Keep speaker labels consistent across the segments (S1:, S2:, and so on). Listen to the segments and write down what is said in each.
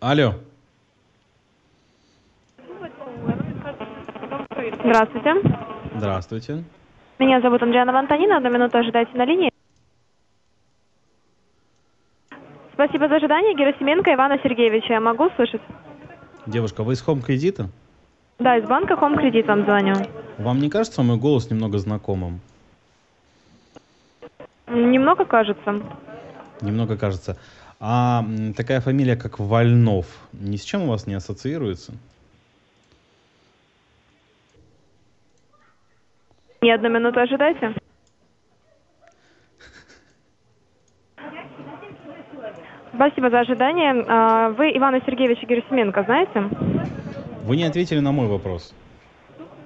S1: Алло.
S2: Здравствуйте.
S1: Здравствуйте.
S2: Меня зовут Андриана Вантанина. Одну минуту ожидайте на линии. Спасибо за ожидание. Герасименко Ивана Сергеевича. Я могу слышать?
S1: Девушка, вы из Home кредита?
S2: Да, из банка Home Кредит вам звоню.
S1: Вам не кажется мой голос немного знакомым?
S2: Немного кажется.
S1: Немного кажется. А м, такая фамилия, как Вольнов, ни с чем у вас не ассоциируется?
S2: Не одну минуту ожидайте. Спасибо за ожидание. А, Вы Ивана Сергеевича Герасименко знаете?
S1: Вы не ответили на мой вопрос.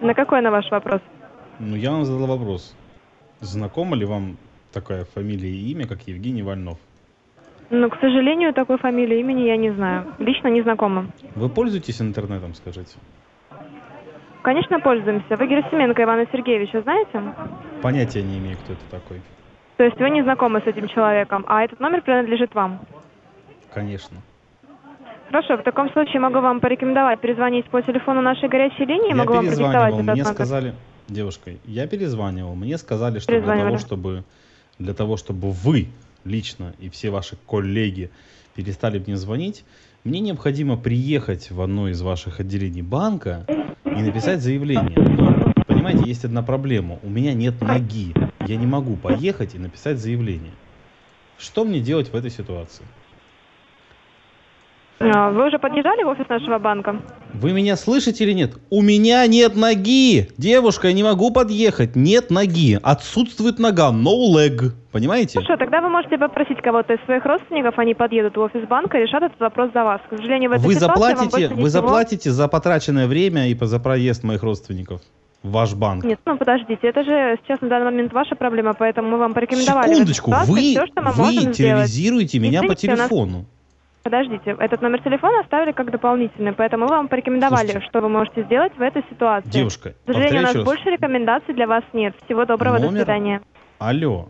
S2: На какой на ваш вопрос?
S1: Ну, я вам задал вопрос. Знакома ли вам такая фамилия и имя, как Евгений Вольнов?
S2: Ну, к сожалению, такой фамилии имени я не знаю. Лично не знакома.
S1: Вы пользуетесь интернетом, скажите?
S2: Конечно, пользуемся. Вы Герасименко Ивана Сергеевича знаете?
S1: Понятия не имею, кто это такой.
S2: То есть вы не знакомы с этим человеком, а этот номер принадлежит вам.
S1: Конечно.
S2: Хорошо, в таком случае могу вам порекомендовать перезвонить по телефону нашей горячей линии,
S1: я
S2: могу вам продиктовать
S1: перезванивал,
S2: этот
S1: мне
S2: номер.
S1: сказали... Девушка, я перезванивал, мне сказали, что для
S2: Перезванивали.
S1: того, чтобы, для того, чтобы вы лично и все ваши коллеги перестали мне звонить, мне необходимо приехать в одно из ваших отделений банка и написать заявление. Но, понимаете, есть одна проблема. У меня нет ноги. Я не могу поехать и написать заявление. Что мне делать в этой ситуации?
S2: А, Вы уже подъезжали в офис нашего банка?
S1: Вы меня слышите или нет? У меня нет ноги! Девушка, я не могу подъехать. Нет ноги. Отсутствует нога. No leg. Понимаете?
S2: Хорошо, тогда вы можете попросить кого-то из своих родственников, они подъедут в офис банка и решат этот вопрос за вас. К сожалению, в этой
S1: Вы
S2: ситуации вам
S1: заплатите,
S2: больше ничего-
S1: вы заплатите за потраченное время и по- за проезд моих родственников. в Ваш банк.
S2: Нет, ну подождите, это же сейчас на данный момент ваша проблема, поэтому мы вам порекомендовали в этой
S1: Секундочку,
S2: ситуации
S1: вы,
S2: все, что мы
S1: вы
S2: можем сделать.
S1: терроризируете меня по
S2: Извините, у нас
S1: телефону.
S2: Подождите, этот номер телефона оставили как дополнительный, поэтому мы вам порекомендовали,
S1: Слушайте.
S2: что вы можете сделать в этой ситуации.
S1: Девушка,
S2: К сожалению, у
S1: повторяю
S2: нас
S1: еще раз.
S2: больше рекомендаций для вас нет. Всего доброго,
S1: Номер?
S2: до свидания.
S1: Алло.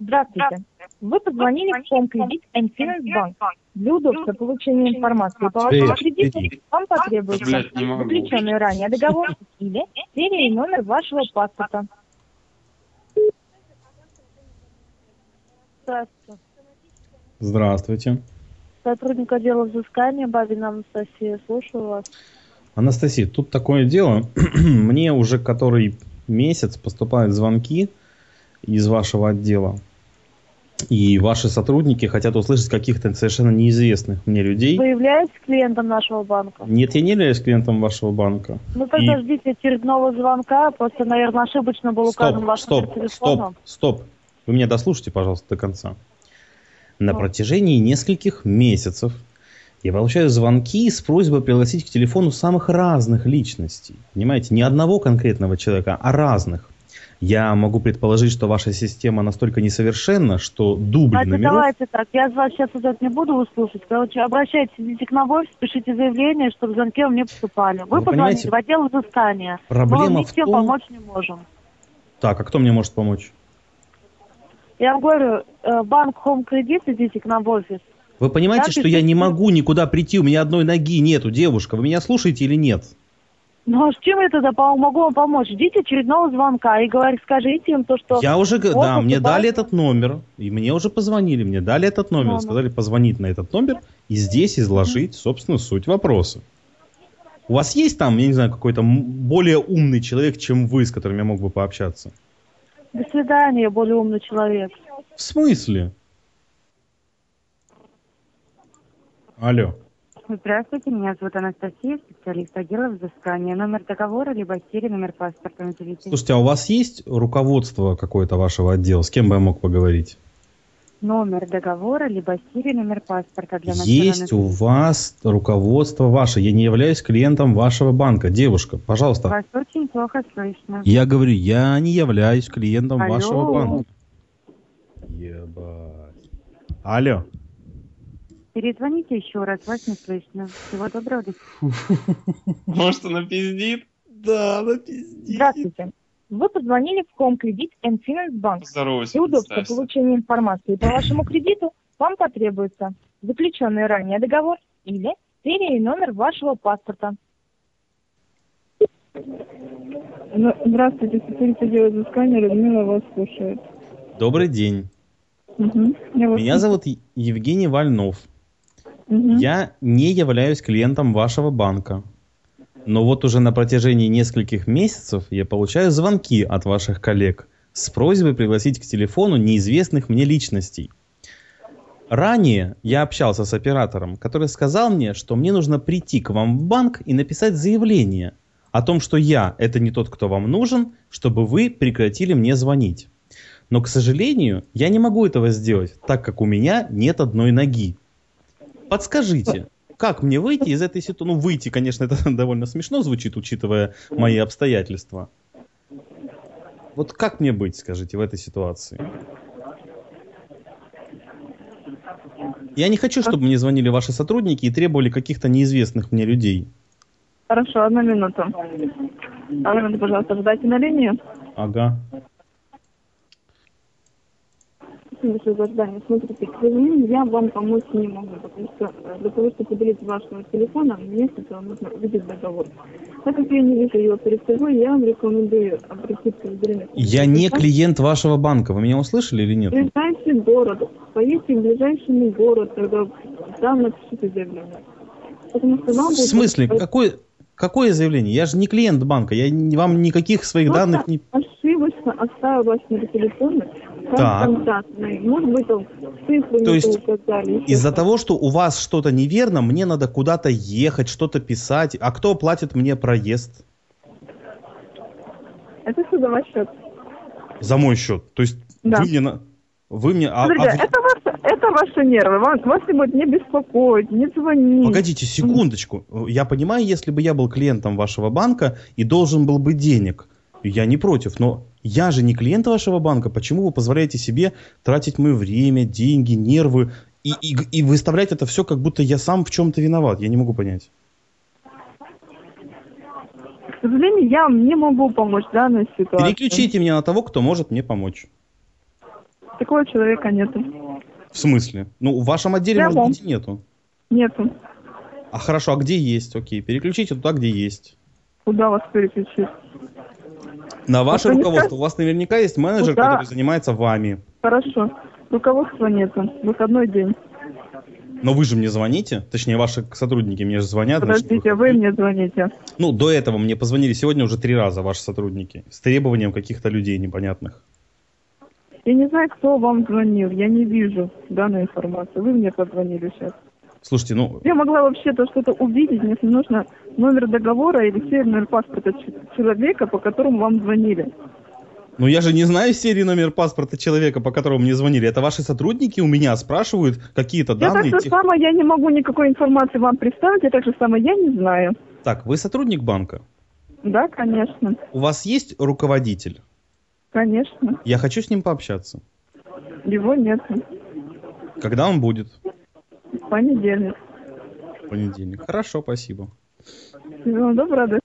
S3: Здравствуйте. Вы позвонили в Home Credit and Finance Bank. Для удобства получения информации по
S1: Эй,
S3: вашему кредиту
S1: иди.
S3: вам потребуется
S4: Блядь, не могу.
S3: заключенный ранее договор или серия и номер вашего паспорта.
S5: Здравствуйте.
S1: Здравствуйте.
S5: Сотрудник отдела взыскания Бабина Анастасия, слушаю вас.
S1: Анастасия, тут такое дело. Мне уже который месяц поступают звонки из вашего отдела. И ваши сотрудники хотят услышать каких-то совершенно неизвестных мне людей.
S5: Вы являетесь клиентом нашего банка?
S1: Нет, я не являюсь клиентом вашего банка.
S5: Ну тогда ждите очередного звонка, просто, наверное, ошибочно был указан
S1: Стоп,
S5: ваш номер
S1: стоп,
S5: телефона.
S1: стоп, стоп. Вы меня дослушайте, пожалуйста, до конца. На протяжении нескольких месяцев я получаю звонки с просьбой пригласить к телефону самых разных личностей. Понимаете, не одного конкретного человека, а разных. Я могу предположить, что ваша система настолько несовершенна, что дубль
S5: Значит,
S1: номеров...
S5: давайте так, я с вас сейчас этот не буду услышать. Короче, обращайтесь, идите к нам в офис, пишите заявление, чтобы звонки вам не поступали. Вы,
S1: Ну, Вы понимаете,
S5: позвоните в отдел взыскания. Мы вам
S1: Проблема в
S5: ничем
S1: том...
S5: помочь не можем.
S1: Так, а кто мне может помочь?
S5: Я вам говорю, э, банк Home Credit, идите к нам в офис.
S1: Вы понимаете,
S5: Да,
S1: что я не
S5: действительно.
S1: могу никуда прийти, у меня одной ноги нету, девушка. Вы меня слушаете или нет?
S5: Ну а с чем я тогда по- могу вам помочь? Ждите очередного звонка и говори, скажите им то, что...
S1: Я уже, г-
S5: Вот
S1: да,
S5: он
S1: мне
S5: туда.
S1: дали этот номер, и мне уже позвонили, мне дали этот номер,
S5: Мама.
S1: сказали позвонить на этот номер и здесь изложить, собственно, суть вопроса. У вас есть там, я не знаю, какой-то м- более умный человек, чем вы, с которым я мог бы пообщаться?
S5: До свидания, я более умный человек.
S1: В смысле? Алло.
S6: Здравствуйте, меня зовут Анастасия, специалист отдела взыскания. Номер договора, либо серия, номер паспорта. Назовите.
S1: Слушайте, а у вас есть руководство какое-то вашего отдела? С кем бы я мог поговорить?
S6: Номер договора, либо серия, номер паспорта. Для начала
S1: Есть
S6: назовите
S1: у вас руководство ваше. Я не являюсь клиентом вашего банка. Девушка, пожалуйста,
S6: Вас очень плохо слышно.
S1: Я говорю, я не являюсь клиентом
S6: Алло.
S1: вашего банка. Ебать. Алло.
S6: Перезвоните еще раз, вас не слышно. Всего доброго. до
S4: Может, она пиздит?
S1: Да, она пиздит.
S3: Здравствуйте. Вы позвонили в Home Credit and Finance Bank.
S4: Здорово,
S3: Для удобства получения информации по вашему кредиту вам потребуется заключенный ранее договор или серия и номер вашего паспорта.
S7: Здравствуйте, специалист отдела взыскания, Людмила вас слушает.
S1: Добрый день.
S7: Мгм, я вас
S1: Меня
S7: слушаю.
S1: зовут Е- Евгений Вальнов.
S7: Мгм.
S1: Я не являюсь клиентом вашего банка. Но вот уже на протяжении нескольких месяцев я получаю звонки от ваших коллег с просьбой пригласить к телефону неизвестных мне личностей. Ранее я общался с оператором, который сказал мне, что мне нужно прийти к вам в банк и написать заявление о том, что я – это не тот, кто вам нужен, чтобы вы прекратили мне звонить. Но, к сожалению, я не могу этого сделать, так как у меня нет одной ноги. Подскажите, как мне выйти из этой ситуации? Ну, выйти, конечно, это довольно смешно звучит, учитывая мои обстоятельства. Вот как мне быть, скажите, в этой ситуации? Я не хочу, чтобы мне звонили ваши сотрудники и требовали каких-то неизвестных мне людей.
S7: Хорошо, одну минуту. Одну минуту, пожалуйста, ожидайте на линии.
S1: Ага.
S7: Если за ожидание, смотрите, к сожалению, я вам помочь не могу, потому что э, для того, чтобы поделиться вашим телефоном, мне сначала нужно увидеть договор. Так как я не вижу его перед собой, я вам рекомендую обратиться в отделение.
S1: Я не клиент вашего банка. Вы меня услышали или нет?
S7: Ближайший город. Поедьте в ближайший город, тогда там напишите заявление. Потому что вам
S1: В
S7: будет-
S1: смысле, какое, какое заявление? Я же не клиент банка. Я не- вам никаких своих
S7: Просто
S1: данных не...
S7: ошибочно оставил ваш номер телефона как
S1: Так.
S7: контактный. Может быть, он цифры не
S1: То есть
S7: ту указали. еще
S1: Из-за
S7: что-то.
S1: того, что у вас что-то неверно, мне надо куда-то ехать, что-то писать. А кто платит мне проезд?
S7: Это все за ваш счет.
S1: За мой счет. То есть
S7: Да.
S1: вы мне... на- Вы мне... а- а
S7: Смотрите,
S1: вы-
S7: это, ваши, это ваши нервы. Вас, вас не будет не беспокоить, не звонить.
S1: Погодите, секундочку. Я понимаю, если бы я был клиентом вашего банка и должен был бы денег, я не против, но я же не клиент вашего банка. Почему вы позволяете себе тратить мое время, деньги, нервы и, и, и выставлять это все, как будто я сам в чем-то виноват? Я не могу понять.
S7: К сожалению, я вам не могу помочь в данной ситуации.
S1: Переключите меня на того, кто может мне помочь.
S7: Такого человека нету.
S1: В смысле? Ну, в вашем отделе,
S7: Я
S1: может
S7: вам.
S1: быть, и нету.
S7: Нету.
S1: А хорошо, а где есть? Окей, переключите туда, где есть.
S7: Куда вас переключить?
S1: На ваше
S7: Наверняка-
S1: руководство. У вас наверняка есть менеджер,
S7: Куда?
S1: который занимается вами.
S7: Хорошо. Руководства нету. Выходной день.
S1: Но вы же мне звоните, точнее, ваши сотрудники мне же звонят. значит,
S7: Подождите,
S1: вы-
S7: вы мне звоните.
S1: Ну, до этого мне позвонили сегодня уже три раза ваши сотрудники с требованием каких-то людей непонятных.
S7: Я не знаю, кто вам звонил. Я не вижу данной информации. Вы мне позвонили сейчас.
S1: Слушайте, ну,
S7: Я могла вообще-то что-то увидеть, если нужно номер договора или серийный номер паспорта ч- человека, по которому вам звонили.
S1: ну я же не знаю серии номер паспорта человека, по которому мне звонили. Это ваши сотрудники у меня спрашивают какие-то
S7: Я так
S1: данные.
S7: же
S1: тех-
S7: самое, я не могу никакой информации вам представить, я так же самое, я не знаю.
S1: Так, вы сотрудник банка?
S7: Да, конечно,
S1: У вас есть руководитель?
S7: конечно,
S1: Я хочу с ним пообщаться.
S7: его нет.
S1: Когда он будет?
S7: В понедельник.
S1: В понедельник. Хорошо, спасибо.
S7: Всего доброго, до